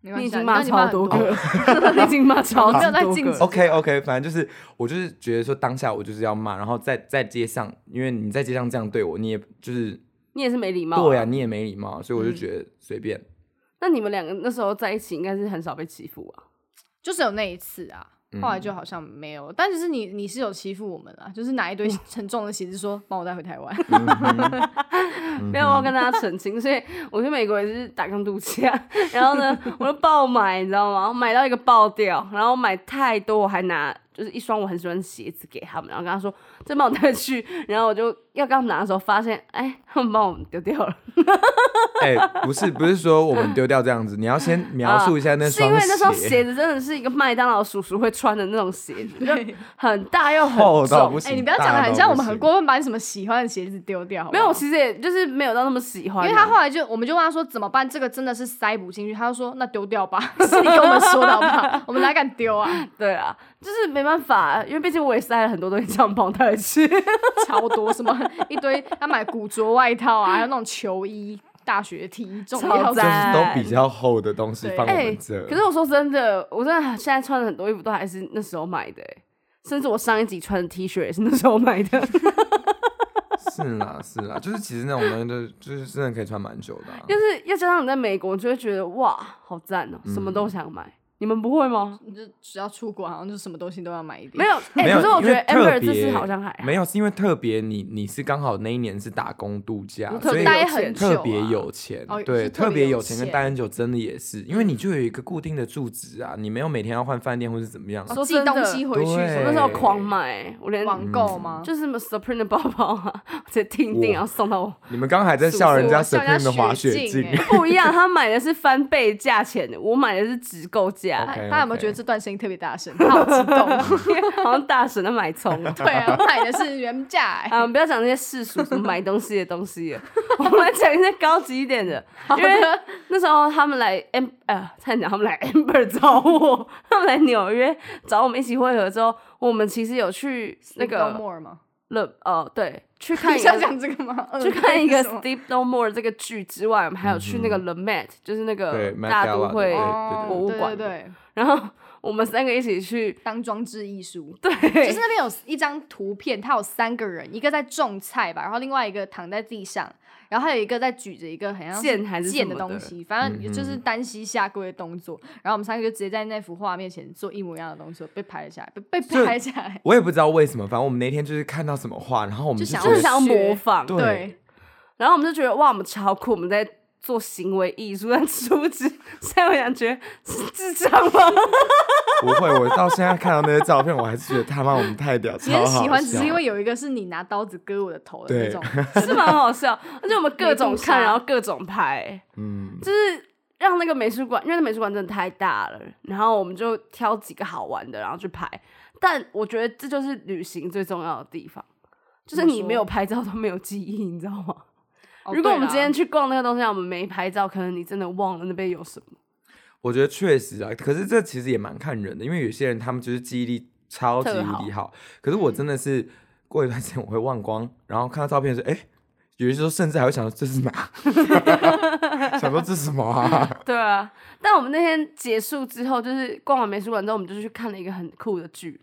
没 [laughs] 你关已系啊经你骂那你骂超很多多个， [laughs] 你已经骂超没有在级多禁止个。 [laughs] ，OK OK，反正就是我就是觉得说当下我就是要骂，然后在在街上，因为你在街上这样对我，你也就是你也是没礼貌、啊啊对呀、啊你也没礼貌，所以我就嗯觉得随便。那你们两个那时候在一起，应该是很少被欺负啊。就是有那一次啊，嗯后来就好像没有。但是你你是有欺负我们啊，就是拿一堆 [laughs] 很重的鞋子说帮我带回台 [laughs] 湾，嗯没有，我要跟大家澄清，所以我去美国也是打工度假， [laughs] 然后 [laughs] 呢，我就爆买，你知道吗？我买到一个爆掉，然后买太多，我还拿就是一双我很喜欢的鞋子给他们，然后跟他说这帮我带去，然后我就要跟他们拿的时候，发现哎，他们帮我们丢掉了。哎、不是不是说我们丢掉这样子，你要先描述一下那是因双为那双鞋子真的是一个麦当劳叔叔会穿的那种鞋子，就对很大又很厚到重不。哎、行。你不要讲的很像我们很过。过分，把你什么喜欢的鞋子丢掉好不没好有，我其实也就是没有到那么喜欢啊，因为他后来就，我们就问他说怎么办，这个真的是塞不进去。他就说那丢掉吧，是你跟我们说的好不好？我们哪敢丢啊？对啊，就是没办法，啊因为毕竟我也塞了很多东西帐篷带去。超多什么一堆，他买古着外套啊，还有那种球衣、大学 T 这种超要就赞是都比较厚的东西对放我哎们这，可是我说真的，我真的现在穿的很多衣服都还是那时候买的、欸，甚至我上一集穿的 T 恤也是那时候买 [laughs] 的，是啦是啦，就是其实那种东西都就是真的可以穿蛮久的啊、就是要加上你在美国，你就会觉得哇，好赞嗯哦、什么都想买。你们不会吗？你就只要出国，好像就什么东西都要买一点。没有，哎、没有可是我觉得因为特 Amber 这别次好像还好没有，是因为特别你你是刚好那一年是打工度假，你特所别以待很久、啊，特别有钱，哦是对，特别特有有钱跟待很久真的也是，因为你就有一个固定的住址啊，你没有每天要换饭店或是怎么样啊、说哦寄真的东西回去什我么那的时候对嗯狂买、欸，我连网购吗？就是什么 Supreme 的包包啊，直接订订，我然后送到我。你们刚刚还在笑人家我笑人家 Supreme 的滑雪雪镜镜，欸不一样，他买的是翻倍价钱的，我买的是直购哎价。大 OK，OK 大家有没有觉得这段声音特别大声？好激哦动！ [laughs] 好像大神在买葱。对啊，我买的是原价、欸，啊，我们不要讲那些世俗什么买东西的东西了， [laughs] 我们来讲一些高级一点的。 [laughs] 因为那时候他们来 M 呃，差点讲他们来 Amber 找我，他们来纽约找我们一起会合之后，我们其实有去那个 more 吗？了呃，对， [laughs] 去看你一想个讲这个吗？嗯去看一对个 [laughs] 是什么嗯 Steve No More 这个剧之外，我们还有去那个 The Met，就是那个对，Met 大都 Gala，会对对哦博物对对馆对，然后我们三个一起去，当装置艺术。对，就是那边有一张图片，它有三个人，一个在种菜吧，然后另外一个躺在地上，然后还有一个在举着一个很像是剑还是什剑么的东的西，反嗯正就是单膝下跪的动作。然后我们三个就直接在那幅画面前做一模一样的动作，被拍了下来，被被这拍下来。 [laughs] 我也不知道为什么，反正我们那天就是看到什么话，然后我们就想觉要就是得想要学模仿， [laughs] 对对，然后我们就觉得哇，我们超酷，我们在做行为艺术，但殊不知现在我想觉得是智障吗？ [laughs] 不会，我到现在看到那些照片，我还是觉得他妈我们太屌，你很超 [laughs] 好喜欢，只笑是因为有一个是你拿刀子割我的头的那对种， [laughs] 是蛮好笑，而且我们各美种杜莎看，然后各种拍、嗯，就是让那个美术馆，因为那美术馆真的太大了，然后我们就挑几个好玩的，然后去拍。但我觉得这就是旅行最重要的地方，就是怎么你说没有拍照都没有记忆，你知道吗？哦如对果我们啦今天去逛那个东西，我们没拍照，可能你真的忘了那边有什么。我觉得确实啊，可是这其实也蛮看人的，因为有些人他们就是记忆力超级特好无敌好，可是我真的是过一段时间我会忘光，然后看到照片说，哎、有些时候甚至还会想说这是 [laughs] 哪，想说这是什么啊？对啊，但我们那天结束之后，就是逛完美术馆之后，我们就去看了一个很酷的剧。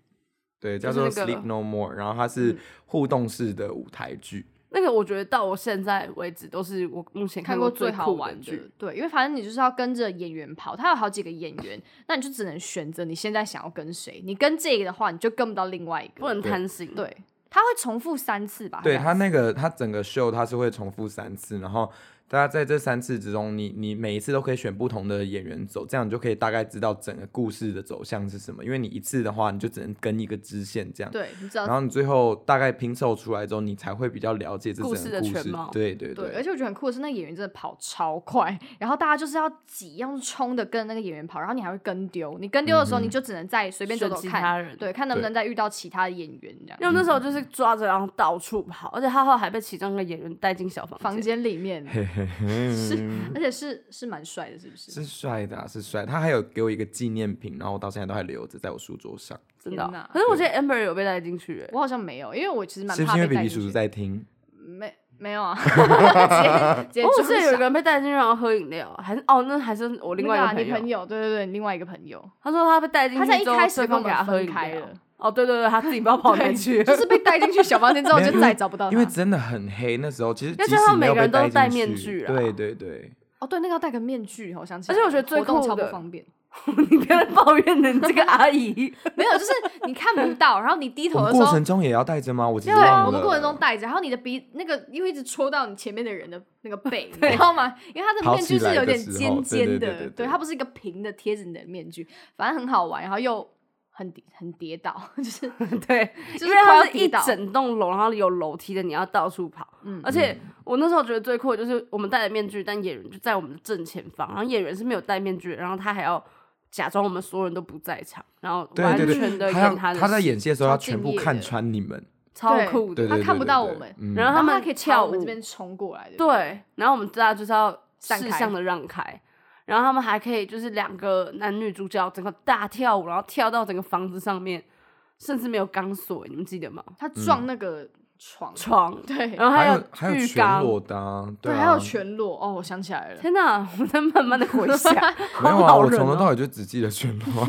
对，叫就是做那《个 Sleep No More》，然后它嗯是互动式的舞台剧。那个我觉得到我现在为止都是我目前看过过最好酷玩剧。，对，因为反正你就是要跟着演员跑，他有好几个演员，那你就只能选择你现在想要跟谁。你跟这个的话，你就跟不到另外一个，不能贪心。，对，他会重复三次吧？嗯对好它像那个，它整个秀它是会重复三次，然后大家在这三次之中，你你每一次都可以选不同的演员走，这样你就可以大概知道整个故事的走向是什么。因为你一次的话，你就只能跟一个支线这样。对，你知然道。后你最后大概拼凑出来之后，你才会比较了解这整故个事的故全事貌对对对，而且我觉得很酷的是，那个演员真的跑超快，然后大家就是要挤，要冲的跟那个演员跑，然后你还会跟丢，你跟丢的时候，你就只能再随便走选走其看，他人。对，看能不嗯对能再遇到其他的演员这样。因为我那时候就是抓着，然后到处跑，而且他后来还被其中一个演员带进小房房间。间里面，是，而且是是蛮帅的，是不是？是帅的、啊，是帅的。他还有给我一个纪念品，然后我到现在都还留着在我书桌上。真的天哪哦。可是我记得 Amber 有被带进去欸耶，我好像没有，因为我其实蛮是不怕是被因为比带比进叔叔去在嗯听？没没 [laughs] 有啊，直接直接哦我记得有一装个人被带进去，然后喝饮料，还是哦，那还是傻我另那外个啊一你个朋友。友，对对对，你另外一个朋友，他说他被带进他在去一之后开，始对跟我方们给他喝饮分开料了。哦，对对对，他自己不知 [laughs] 道跑哪 [laughs] 去，就是被带进去小房间之后没有就再也找不到因为他真的很黑，那时候其实嗯因为即使最后每没有个人被都戴进面去具啦对对对，哦，对，那个要戴个面具，我想起来而且了，我觉得最活动酷超不的方便， [laughs] 你不要再抱怨了，你这个阿姨。没有，就是你看不到，然后你低我头们的时过候程。中也要带着吗？我其对实忘，了。我们过程中戴着，然后你的鼻那个又一直戳到你前面的人的那个背，你知道吗？因为他的跑面具起来是有的点时候尖对尖的，对对对对对它不是一个平的贴着你的面具，反正很好玩，然后又很跌很跌倒， [laughs] 就是 [laughs] 对，就是因为它快要是跌一倒整栋楼，然后有楼梯的，你要到处跑。嗯而且我那时候觉得最酷的就是我们戴着面具，但演员就在我们的正前方，然后演员是没有戴面具的，然后他还要假装我们所有人都不在场，然后对完对对全的他演要的他在戏，演戏的时候，超他全敬部业看的穿你们，超对酷对的。对对看不对到对我们嗯然后他们它可以跳朝我们这舞边冲过来，对不对对，然后我们大家就是要散适开向的让开。然后他们还可以就是两个男女主角整个大跳舞，然后跳到整个房子上面，甚至没有钢索，你们记得吗？他嗯撞那个床，床，对然后还有还有浴全缸，裸的啊，对，啊还有全裸哦，我想起来了，天哪，我在慢慢的回 [laughs] 想，没有好啊？老我人从头哦到尾就只记得全裸啊，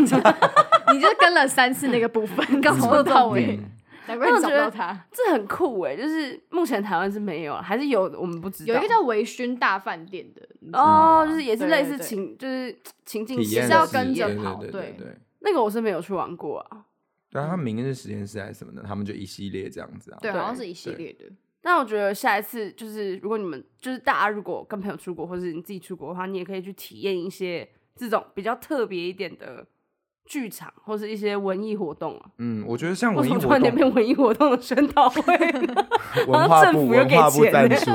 你就跟了三次那个部 [laughs] 分，刚从头到嗯尾，难怪那你我找不觉得到他。这很酷哎，就是目前台湾是没有，还是有我们不知道。有一个叫微醺大饭店的，你知道吗哦，就是也是对类对似对情，就是情境体式验是要的式跟着对跑对对嗯对对。那个我是没有去玩过啊，对啊，他明日实验室还是什么的，他们就一系列这样子啊。对，对好像是一系列的。但我觉得下一次就是如果你们就是大家如果跟朋友出国或者你自己出国的话，你也可以去体验一些这种比较特别一点的剧场或是一些文艺活动啊。嗯，我觉得像为 [laughs] 文什艺么突活然间动、变文艺活动的宣导会？ [laughs] 好像文化政部、府又文给化部钱赞呢助，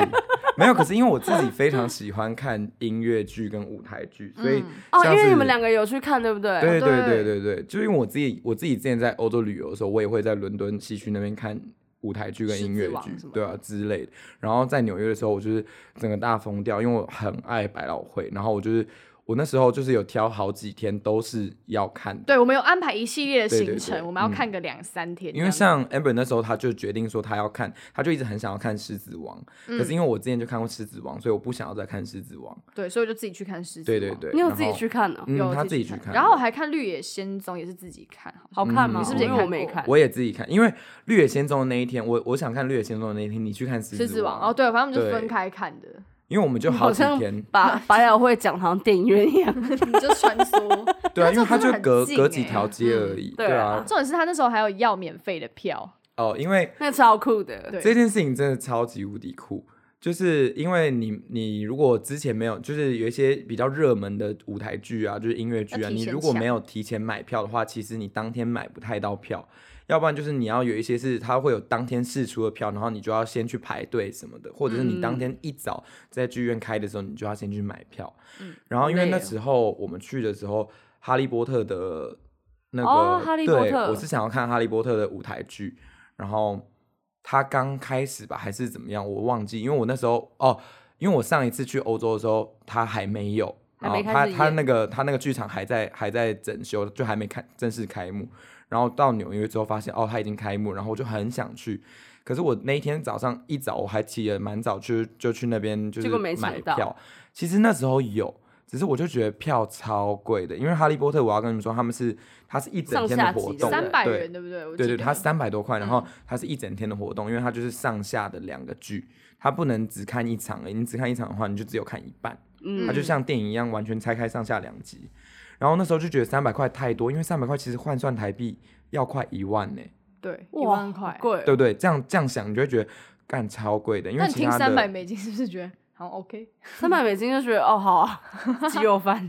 没有。可是因为我自己非常喜欢看音乐剧跟舞台剧，所嗯以哦，因像为你是们两个有去看，对不对？对对对对对对，就因为我自己我自己之前在欧洲旅游的时候，我也会在伦敦西区那边看舞台剧跟狮音子乐王剧什么，对啊之类的。然后在纽约的时候，我就是整个大疯掉，因为我很爱百老汇，然后我就是我那时候就是有挑好几天都是要看的。对，我们有安排一系列的对行对对程，我们要嗯看个两三天这因样为子。像 Amber 那时候，他就决定说他要看，他就一直很想要看《狮子王》可是因为我之前就看过《狮子王》，所以我不想要再看《狮子王》。对，所以我就自己去看狮子。对对，对，你有然自己后去看哦呢、有嗯，他自己去去看。然后我还看《绿野仙踪》，也是自己看，好像好看吗？嗯你是不是也因为我看没过看？我也自己看，因为《绿野仙踪》的那一天，我我想看《绿野仙踪》的那一天，你去看《狮狮子王哦，对，反正我们就对分开看的， [laughs] 因为我们就好好几像天，把百老汇讲得好像电影院一样。你就穿 [laughs] 梭。对啊，那因为它这真就的很 [laughs] 隔近隔欸嗯几条街而已，对对啊，重点是他那时候还有要免费的票，哦，因为那个超酷的，对这件事情真的超级无敌酷。就是因为你你如果之前没有，就是有一些比较热门的舞台剧啊，就是音乐剧要啊，提你前如果抢没有提前买票的话，其实你当天买不太到票，要不然就是你要有一些是它会有当天试出的票，然后你就要先去排队什么的，或者是你当天一早在剧院开的时候，你就要先去买票。嗯然后因为好累那哦时候我们去的时候，《哈利波特》的那个、哦哈利波对特我是想要看《哈利波特》的舞台剧，然后他刚开始吧，还是怎么样，我忘记，因为我那时候哦，因为我上一次去欧洲的时候，他还没有，还然没后开他始他演那个他那个剧场还在还在整修，就还没开正式开幕。然后到纽约之后发现哦，他已经开幕，然后我就很想去。可是我那一天早上一早，我还起得蛮早去，就去那边就是结果没抢买到票。其实那时候有，只是我就觉得票超贵的，因为《哈利波特》，我要跟你们说，他们是它是一整上天下的集活的动，三百对元对不对？我对记对，得它三百多块，然嗯后它是一整天的活动，因为它就是上下的两个剧，它不能只看一场而已，你只看一场的话，你就只有看一半，嗯它就像电影一样完全拆开上下两集。然后那时候就觉得三百块太多，因为三百块其实换算台币要快一万呢、对一哇，万块好，贵对不对？这样这样想，你就会觉得干超贵的，因那为你其听他三百的美金是不是觉得好像 OK？三百美金就觉得哦好 [laughs] 啊，鸡肉饭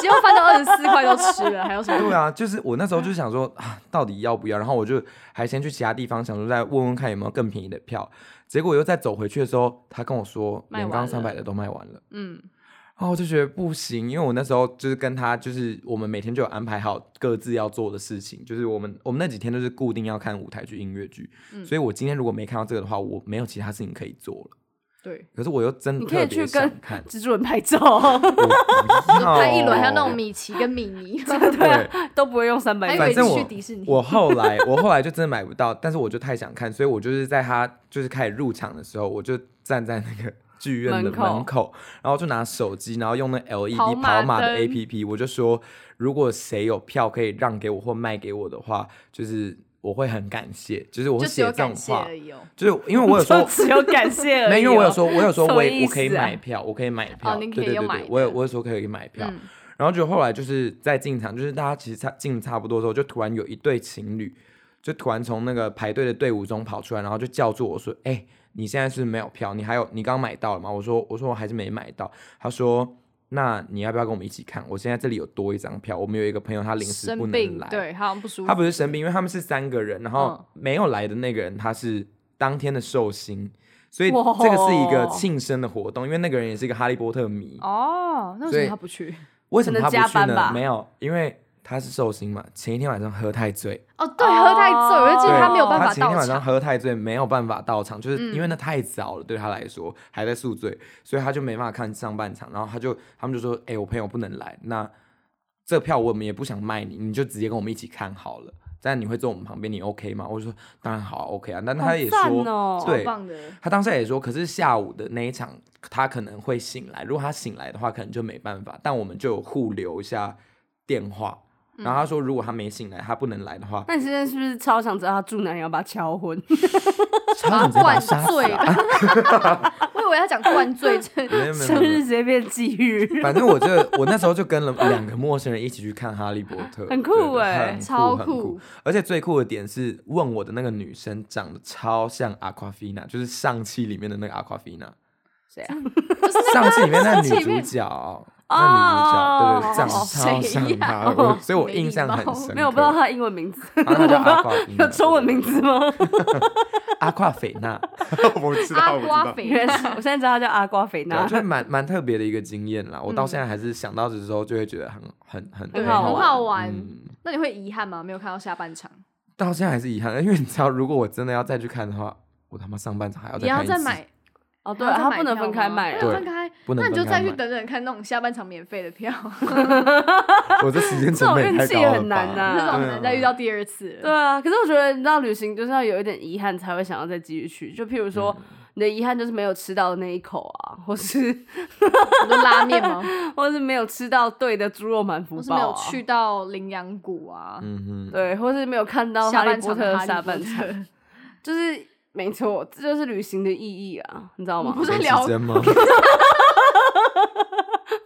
只有翻到二十四块都吃了，还有什对么？啊，就是我那时候嗯就想说啊，到底要不要？然后我就还先去其他地方，想说再问问看有没有更便宜的票。结果又再走回去的时候，他跟我说卖连完刚三百了的都卖完了。嗯，然后我就觉得不行，因为我那时候就是跟他，就是我们每天就有安排好各自要做的事情，就是我们我们那几天都是固定要看舞台剧、音乐剧，嗯所以我今天如果没看到这个的话，我没有其他事情可以做了。对，可是我又真你的可以特去别跟想 [laughs] 看，蜘蛛人拍照， [laughs] 我不要拍一轮还有那哦种米奇跟米 [laughs] 妮，对。啊都不会用三还百以美为反金正你我去迪士尼。我后来我后来就真的买不到，但是我就太想看，所以我就是在他就是开始入场的时候，我就站在那个 [laughs] 剧院的门口门口，然后就拿手机，然后用那 LED 跑跑马马的灯 APP，我就说如果谁有票可以让给我或卖给我的话，就是我会很感谢，就是我会 [laughs] 就只写有这种感谢话而，已哦。就是因为我有就说。只有感 [laughs] 谢而已哦。没，因为我有说，我有说什我么也意我可以思啊哦买票，我可以买票，你对可以对有对买对，我有的我有说可以买票，嗯，然后就后来就是在进场，就是大家其实差进差不多的时候，就突然有一对情侣，就突然从那个排队的队伍中跑出来，然后就叫住我说：“哎、你现在是不是没有票？你还有你刚买到了吗？”我说：“我说我还是没买到。”他说：“那你要不要跟我们一起看？我现在这里有多一张票，我们有一个朋友他临时不生能病来，对，好像不舒服。他不是生病，因为他们是三个人，然嗯后没有来的那个人他是当天的寿星，所以哇这个是一个庆生的活动，因为那个人也是一个哈利波特迷哦，那为所什么以他不去？为什可么能他不加去班吧呢？没有，因为他是寿星嘛，前一天晚上喝太醉，哦，对，喝太醉，我就记对得哦他没有办法他前一天到晚上场。嗯喝太醉，没有办法到场，就是因为那太早了，对他来说还在宿醉，所以他就没办法看上半场。然后他就他们就说：“哎、我朋友不能来，那这票我们也不想卖你，你就直接跟我们一起看好了。”但你会坐我们旁边，你 OK 吗？我就说当然好啊，OK 啊。但他也好赞说，哦超对棒的，他当下也说，可是下午的那一场他可能会醒来，如果他醒来的话，可能就没办法。但我们就有互留一下电话，然后他说，如果他没醒来，他不能来的话，那你现在是不是超想知道他住哪里，要把他敲昏？他把啊灌醉的。 [laughs] 我以为他讲灌醉 [laughs] 症，没有没有 [laughs] 生没有日直接变忌 [laughs] 日，反正我就我那时候就跟了两个陌生人一起去看《哈利波特》， [laughs] 很酷对欸很酷超很酷酷。而且最酷的点是，问我的那个女生长得超像 Aquafina，就是上期里面的那个 Aquafina，谁啊？上期里面那上女期里主面角。那女主角，对对，对长得超谁像呀她，我所以我没印礼象很貌深刻。哦没有，我不知道他的英文名字，啊他叫阿夸菲娜 [laughs] 有中文名字 [laughs] 吗？阿夸菲娜， [laughs] 我知阿道，我知瓜道。肥 [laughs] 原来是，我现在知道他叫阿瓜菲对啊，娜，就是蛮蛮特别的一个经验啦。我到现在还是想到的时候，就会觉得很很很很好嗯很玩好玩。嗯那你会遗憾吗？没有看到下半场，到现在还是遗憾，因为你知道，如果我真的要再去看的话，我他妈上半场还要你再要看一再次，买，哦，对，还要再他买不能分开卖啊票对吗不能分开，不能那你就分开再去买啊等等看那种下半场免费的票，我这时间成本 [laughs] 也这种运太高气也了很难吧？啊那种很对难再遇到第二次对了。 [laughs] 啊，可是我觉得你知道，旅行就是要有一点遗憾才会想要再继续去。就譬如说，嗯你的遗憾就是没有吃到的那一口啊，或是很多拉面吗？或是没有吃到对的猪肉满福我是包、没啊，有去到羚羊谷啊，嗯哼，对，或是没有看到下哈半利场波特的的哈利下半波场，特就是没错，这就是旅行的意义啊，你知道吗？我 [laughs] 不是在陈绮聊贞吗？ [laughs]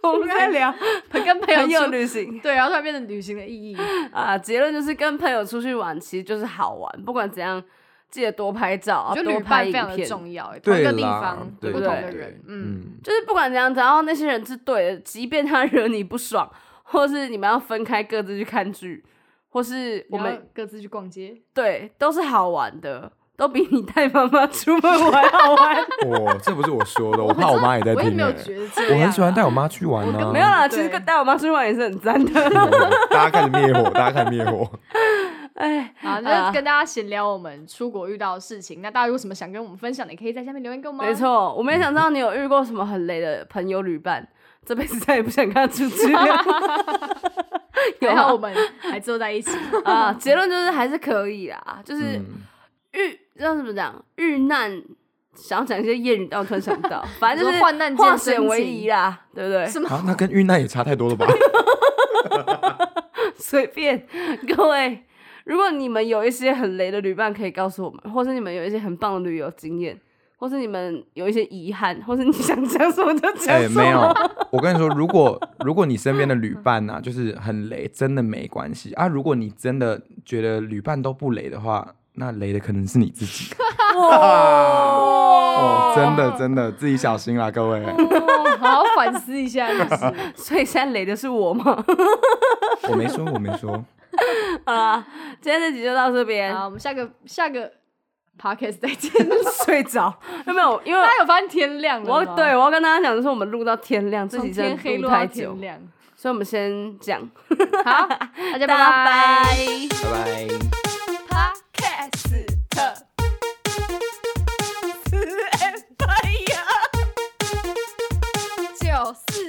我们在 [laughs] 聊跟 [laughs] 朋朋友友出旅 [laughs] 行对，然后突然变成旅行的意义。啊，结论就是跟朋友出去玩，其实就是好玩，不管怎样，记得多拍照，我 [laughs] 啊觉得多旅拍伴影非常的片。重要、欸，同一对个地啦方，对不对同的对人，嗯，嗯，就是不管怎样，只要那些人是对的，即便他惹你不爽，或是你们要分开各自去看剧，或是我我们们各自去逛街，对都是好玩的，都比你带妈妈出门玩好玩。我嗯这不是我说的，我怕我妈也在 [laughs] 我也听没欸。有觉得这样、啊我很喜欢带我妈去玩啊，嗯没有啦，其实对带我妈出去玩也是很赞 [laughs] 的。大家开始灭火，大家开始灭火。 [laughs] 哎，啊，那跟大家闲聊我们出国遇到的事情。那大家有什么想跟我们分享的，也可以在下面留言跟我们。[laughs] 没，错，我没想到你有遇过什么很雷的朋友旅伴，这辈子再也不想跟他出 [laughs] 去了。有还好我啊们还坐在一起。啊，结论就是还是可以啦，就是嗯，遇要怎么讲遇难，想讲一些谚语，但我突然 [laughs] 想不到，反正就你是说患难见化真险为情夷啦，对不 [laughs] 对？是啊，那跟遇难也差太多 [laughs] 了吧？ [laughs] 随便 [laughs] 各位，如果你们有一些很雷的旅伴，可以告诉我们，或是你们有一些很棒的旅游经验，或是你们有一些遗憾，或是你想讲什么就 [laughs] 讲哎，什么。没有，我跟你说，如果如果你身边的旅伴呐、就是很雷，真的没关系啊。如果你真的觉得旅伴都不雷的话，那雷的可能是你自己 [laughs] 哦，真的真的，自己小心啦，各位。哦 [laughs] 好好反思一下， [laughs] 就是所以现在雷的是我吗？ [laughs] 我没说，我没说，好啦，今天这集就到这边，好，我们下个下个 podcast 再见。 [laughs] [laughs] 睡着有没有？因为大家有发现天亮了我吗？对，我要跟大家讲的是，我们录到天亮，这从集天真黑的录录到太久天， [laughs] 亮。所以我们先讲，好，大家拜拜。大家拜。拜拜。 Podcast 哎呀！九四